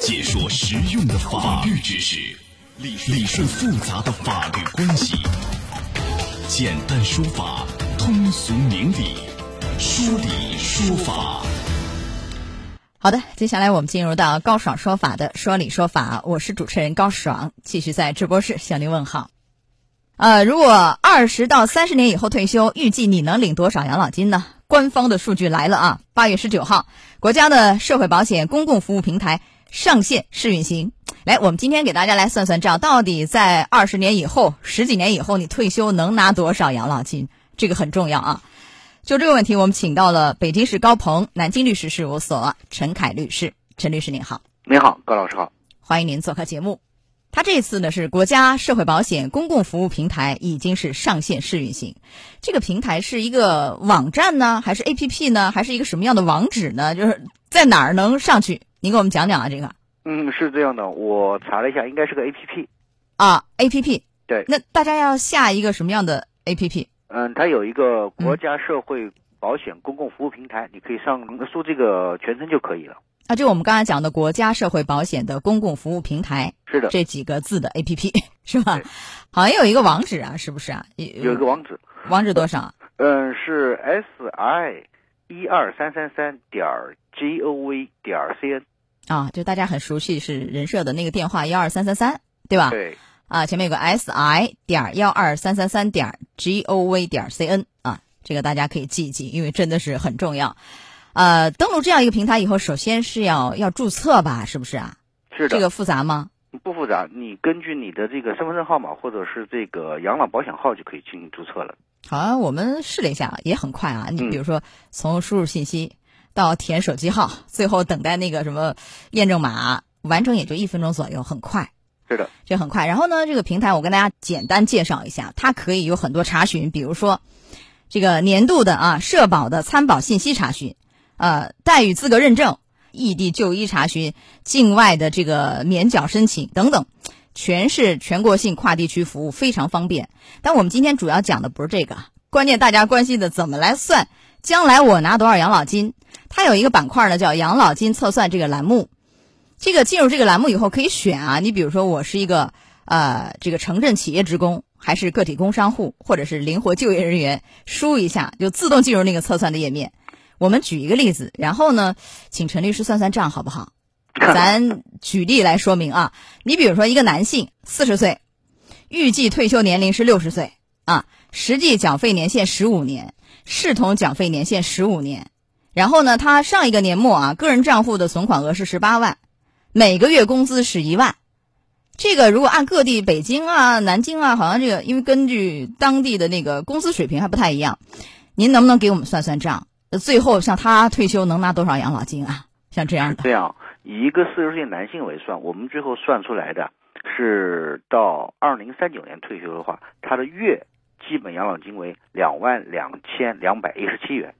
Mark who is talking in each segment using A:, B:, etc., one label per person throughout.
A: 解说实用的法律知识，理理顺复杂的法律关系。简单说法，通俗明理，说理说法。
B: 好的，接下来我们进入到高爽说法的说理说法，我是主持人高爽，继续在直播室向您问好。呃，如果二十到三十年以后退休，预计你能领多少养老金呢？官方的数据来了啊！八月十九号，国家的社会保险公共服务平台上线试运行。来，我们今天给大家来算算账，到底在二十年以后、十几年以后，你退休能拿多少养老金？这个很重要啊！就这个问题，我们请到了北京市高鹏南京律师事务所陈凯律师。陈律师您好，
C: 您好，高老师好。
B: 欢迎您做客节目。他这次呢是国家社会保险公共服务平台已经是上线试运行，这个平台是一个网站呢，还是 APP 呢，还是一个什么样的网址呢？就是在哪儿能上去？您给我们讲讲啊，这个
C: 嗯，是这样的，我查了一下，应该是个 A P P。
B: 啊 APP。
C: 对
B: 那大家要下一个什么样的 APP？
C: 嗯，它有一个国家社会保险公共服务平台，你可以上输这个全称就可以了。
B: 啊，就我们刚才讲的国家社会保险的公共服务平台
C: 是的，
B: 这几个字的 APP 是吧
C: 对？
B: 好像有一个网址啊，是不是啊？有
C: 有一个网址，
B: 网址多少啊？
C: 嗯，是 S I 一二三三三点 G O V 点 C N。
B: 啊，就大家很熟悉是人社的那个电话幺二三三三，对吧？
C: 对，
B: 啊，前面有个 s i 点幺二三三三点 g o v 点 c n 啊，这个大家可以记一记，因为真的是很重要。呃，登录这样一个平台以后，首先是要要注册吧，是不是啊？
C: 是的，
B: 这个复杂吗？
C: 不复杂，你根据你的这个身份证号码或者是这个养老保险号就可以进行注册了。
B: 好像我们试了一下，也很快啊。你
C: 嗯
B: 比如说，从输入信息到填手机号，最后等待那个什么验证码，完成也就一分钟左右，很快。
C: 是的，
B: 这很快。然后呢，这个平台我跟大家简单介绍一下，它可以有很多查询，比如说这个年度的啊社保的参保信息查询，呃待遇资格认证、异地就医查询、呃境外的这个免缴申请等等。全是全国性跨地区服务，非常方便。但我们今天主要讲的不是这个，关键大家关心的怎么来算将来我拿多少养老金。它有一个板块呢，叫养老金测算这个栏目，这个进入这个栏目以后可以选啊，你比如说我是一个呃这个城镇企业职工，还是个体工商户，或者是灵活就业人员，输一下就自动进入那个测算的页面。我们举一个例子，然后呢，请陈律师算算账好不好？ 咱举例来说明啊，你比如说一个男性四十岁，预计退休年龄是六十岁啊，实际缴费年限十五年，视同缴费年限十五年。然后呢，他上一个年末啊，个人账户的存款额是十八万，每个月工资是一万。这个如果按各地，北京啊、南京啊，好像这个因为根据当地的那个工资水平还不太一样，您能不能给我们算算账？呃最后像他退休能拿多少养老金啊？像这样的
C: 这样，以一个四十岁男性为算，我们最后算出来的是到二零三九年退休的话，他的月基本养老金为两万两千两百一十七元。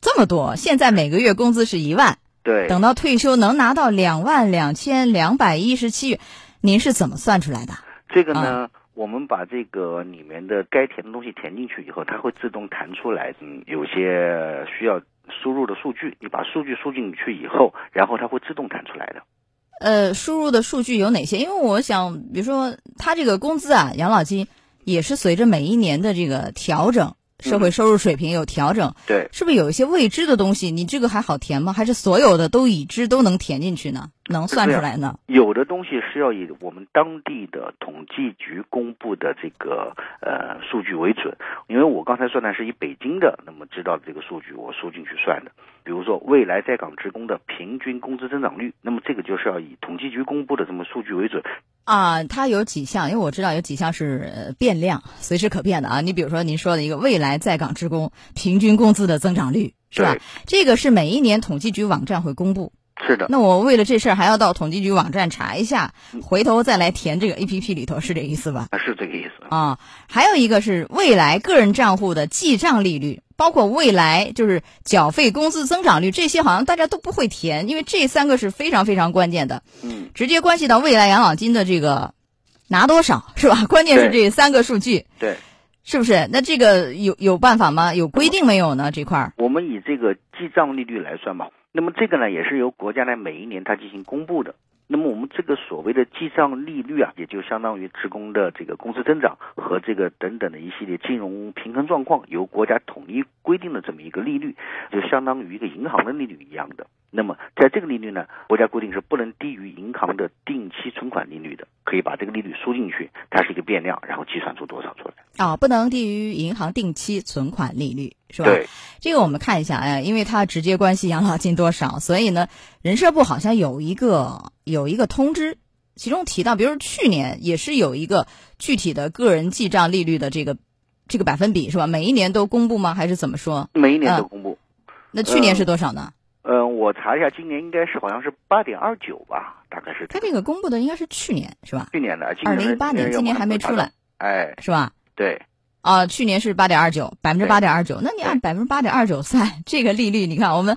B: 这么多，现在每个月工资是一万，
C: 对，
B: 等到退休能拿到两万两千两百一十七元，您是怎么算出来的？
C: 这
B: 啊
C: 个呢，我们把这个里面的该填的东西填进去以后，它会自动弹出来，嗯，有些需要输入的数据，你把数据输进去以后，然后它会自动弹出来的。
B: 呃，输入的数据有哪些？因为我想，比如说他这个工资啊，养老金也是随着每一年的这个调整，社会收入水平有调整，
C: 对，
B: 是不是有一些未知的东西？你这个还好填吗？还是所有的都已知都能填进去呢？能算出来呢？
C: 有的东西是要以我们当地的统计局公布的这个呃数据为准，因为我刚才算的是以北京的那么知道的这个数据我输进去算的。比如说未来在岗职工的平均工资增长率，那么这个就是要以统计局公布的这么数据为准。
B: 啊，它有几项，因为我知道有几项是呃变量，随时可变的啊。你比如说您说的一个未来在岗职工平均工资的增长率，是啊吧
C: 对？
B: 这个是每一年统计局网站会公布。
C: 是的，
B: 那我为了这事儿还要到统计局网站查一下，回头再来填这个 A P P 里头，是这意思吧？
C: 啊是这个意思。
B: 啊，还有一个是未来个人账户的记账利率，包括未来就是缴费工资增长率，这些好像大家都不会填，因为这三个是非常非常关键的，
C: 嗯，
B: 直接关系到未来养老金的这个拿多少，是 吧？关键是
C: 对
B: 这三个数据，
C: 对。
B: 是不是？那这个有有办法吗？有规定没有呢？这块儿
C: 我们以这个记账利率来算嘛。那么这个呢，也是由国家呢每一年它进行公布的。那么我们这个所谓的记账利率啊，也就相当于职工的这个工资增长和这个等等的一系列金融平衡状况由国家统一规定的这么一个利率，就相当于一个银行的利率一样的。那么在这个利率呢，国家规定是不能低于银行的定期存款利率的，可以把这个利率输进去，它是一个变量，然后计算出多少出来。
B: 啊、不能低于银行定期存款利率，是吧？
C: 对，
B: 这个我们看一下，哎，因为它直接关系养老金多少，所以呢，人社部好像有一个有一个通知，其中提到，比如去年也是有一个具体的个人记账利率的这个这个百分比，是吧？每一年都公布吗？还是怎么说？
C: 每一年都公布。
B: 那去年是多少呢？
C: 嗯、我查一下，今年应该是好像是八点二九吧，大概是
B: 它这个公布的应该是去年，是吧？
C: 去年的，今
B: 二
C: 年的
B: 零一八年，今年还没出。来，
C: 哎，
B: 是吧？
C: 对，
B: 啊、去年是八点二九，百分之八点二九。那你按百分之八点二九算这个利率，你看我们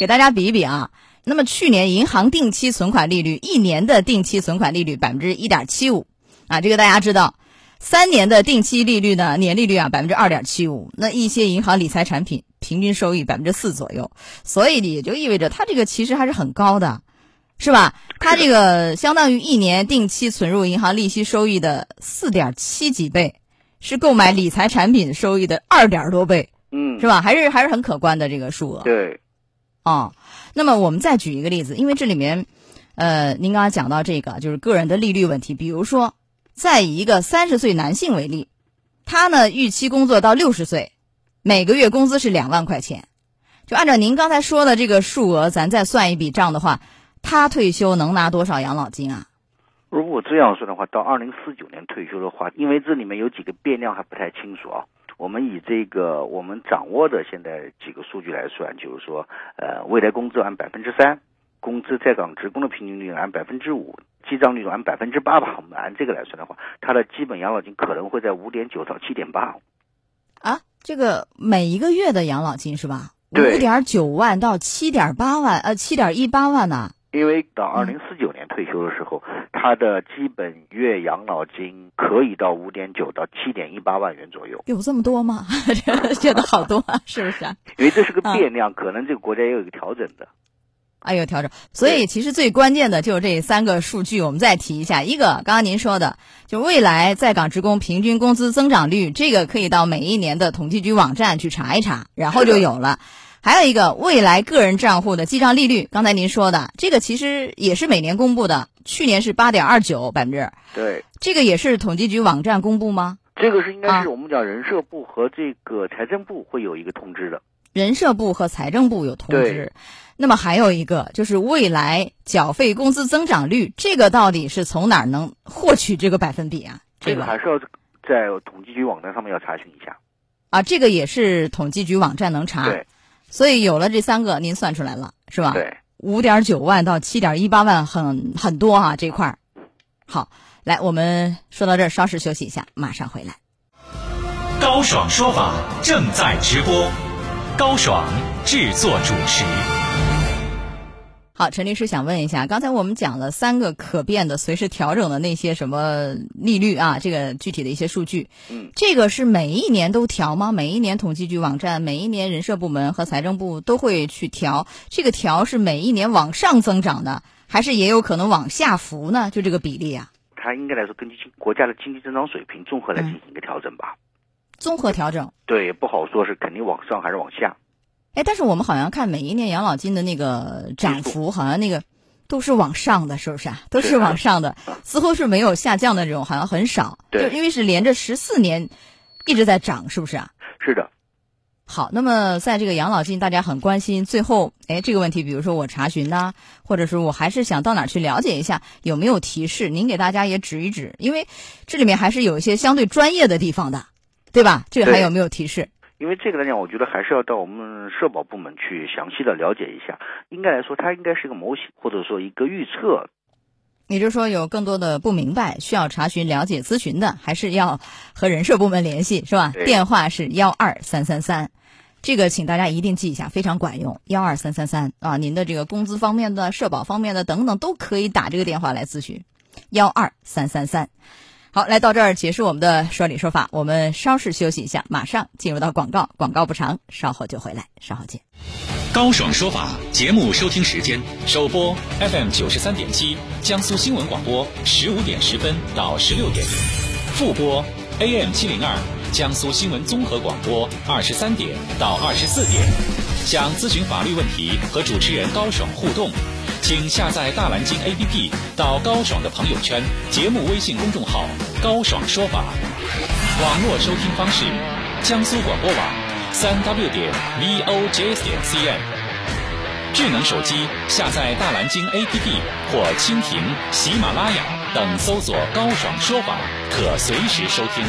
B: 给大家比一比啊。那么去年银行定期存款利率，一年的定期存款利率百分之一点七五啊，这个大家知道。三年的定期利率呢，年利率啊百分之二点七五。那一些银行理财产品平均收益百分之四左右，所以也就意味着它这个其实还是很高的，是吧？它这个相当于一年定期存入银行利息收益的四点七几倍。是购买理财产品收益的二点多倍，
C: 嗯，
B: 是吧？还是还是很可观的这个数额啊、
C: 对，
B: 哦那么我们再举一个例子，因为这里面，呃，您刚刚讲到这个就是个人的利率问题，比如说，在以一个三十岁男性为例，他呢预期工作到六十岁，每个月工资是两万块钱，就按照您刚才说的这个数额，咱再算一笔账的话，他退休能拿多少养老金啊？
C: 如果这样算的话，到二零四九年退休的话，因为这里面有几个变量还不太清楚啊。我们以这个我们掌握的现在几个数据来算，就是说，呃，未来工资按百分之三，工资在岗职工的平均利润按百分之五，记账利润按百分之八吧。我们按这个来算的话，他的基本养老金可能会在五点九到七点八。
B: 啊，这个每一个月的养老金是吧？五
C: 对
B: 点九万到七点八万，呃，七点一八万呢、
C: 因为到二
B: 嗯
C: 零四九年退休的时候，他的基本月养老金可以到五点九到七点一八万元左右。
B: 有这么多吗？ 觉得好多、啊，是不是、啊？
C: 因为这是个
B: 啊
C: 变量，可能这个国家也有一个调整的。
B: 哎呦，调整。所以其实最关键的就是这三个数据，我们再提一下。一个，刚刚您说的，就未来在岗职工平均工资增长率，这个可以到每一年的统计局网站去查一查，然后就有了。还有一个未来个人账户的记账利率，刚才您说的这个其实也是每年公布的，去年是八点二九百分之，
C: 对，
B: 这个也是统计局网站公布吗？
C: 这个是应该
B: 啊
C: 是我们讲人社部和这个财政部会有一个通
B: 嗯
C: 知的。
B: 人社部和财政部有通知
C: 对。
B: 那么还有一个就是未来缴费工资增长率，这个到底是从哪儿能获取这个百分比啊？
C: 这
B: 这
C: 个
B: 个
C: 还是要在统计局网站上面要查询一下。
B: 啊，这个也是统计局网站能查。
C: 对
B: 所以有了这三个，您算出来了是吧？
C: 对，
B: 五点九万到七点一八万很，很多啊这块儿。好，来，我们说到这儿，稍事休息一下，马上回来。
A: 高爽说法正在直播，高爽制作主持。
B: 好，陈律师想问一下，刚才我们讲了三个可变的、随时调整的那些什么利率啊，这个具体的一些数据，
C: 嗯，
B: 这个是每一年都调吗？每一年统计局网站、每一年人社部门和财政部都会去调，这个调是每一年往上增长呢，还是也有可能往下浮呢？就这个比例啊，
C: 它应该来说根据经国家的经济增长水平综合来
B: 嗯
C: 进行一个调整吧。
B: 综合调整。
C: 对，不好说是肯定往上还是往下。
B: 哎，但是我们好像看每一年养老金的那个涨
C: 基
B: 幅，好像那个都是往上的，是不是啊？都是
C: 是啊
B: 往上的，似乎是没有下降的这种，好像很少。
C: 对
B: 就因为是连着十四年一直在涨，是不是啊？
C: 是的，
B: 好，那么在这个养老金，大家很关心，最后哎这个问题，比如说我查询呐、或者是我还是想到哪儿去了解一下，有没有提示？您给大家也指一指，因为这里面还是有一些相对专业的地方的，对吧？这个还
C: 对
B: 有没有提示？
C: 因为这个来讲，我觉得还是要到我们社保部门去详细的了解一下。应该来说，它应该是一个模型或者说一个预测。
B: 也就是说，有更多的不明白需要查询、了解、咨询的，还是要和人社部门联系，是吧？
C: 对
B: 电话是幺二三三三，这个请大家一定记一下，非常管用。幺二三三三啊，您的这个工资方面的、社保方面的等等，都可以打这个电话来咨询。幺二三三三。好，来到这儿结束我们的说理说法，我们稍事休息一下，马上进入到广告，广告不长，稍后就回来，稍后见。
D: 高爽说法节目收听时间：首播 FM 九十三点七，江苏新闻广播十五点十分到十六点；复播 AM 七零二，江苏新闻综合广播二十三点到二十四点。想咨询法律问题和主持人高爽互动，请下载大蓝鲸 APP 到高爽的朋友圈、节目微信公众号“高爽说法”。网络收听方式：江苏广播网。三 w 点 v o j s 点 c n，智能手机下载大蓝鲸 APP 或蜻蜓、喜马拉雅等，搜索“高爽说法”，可随时收听。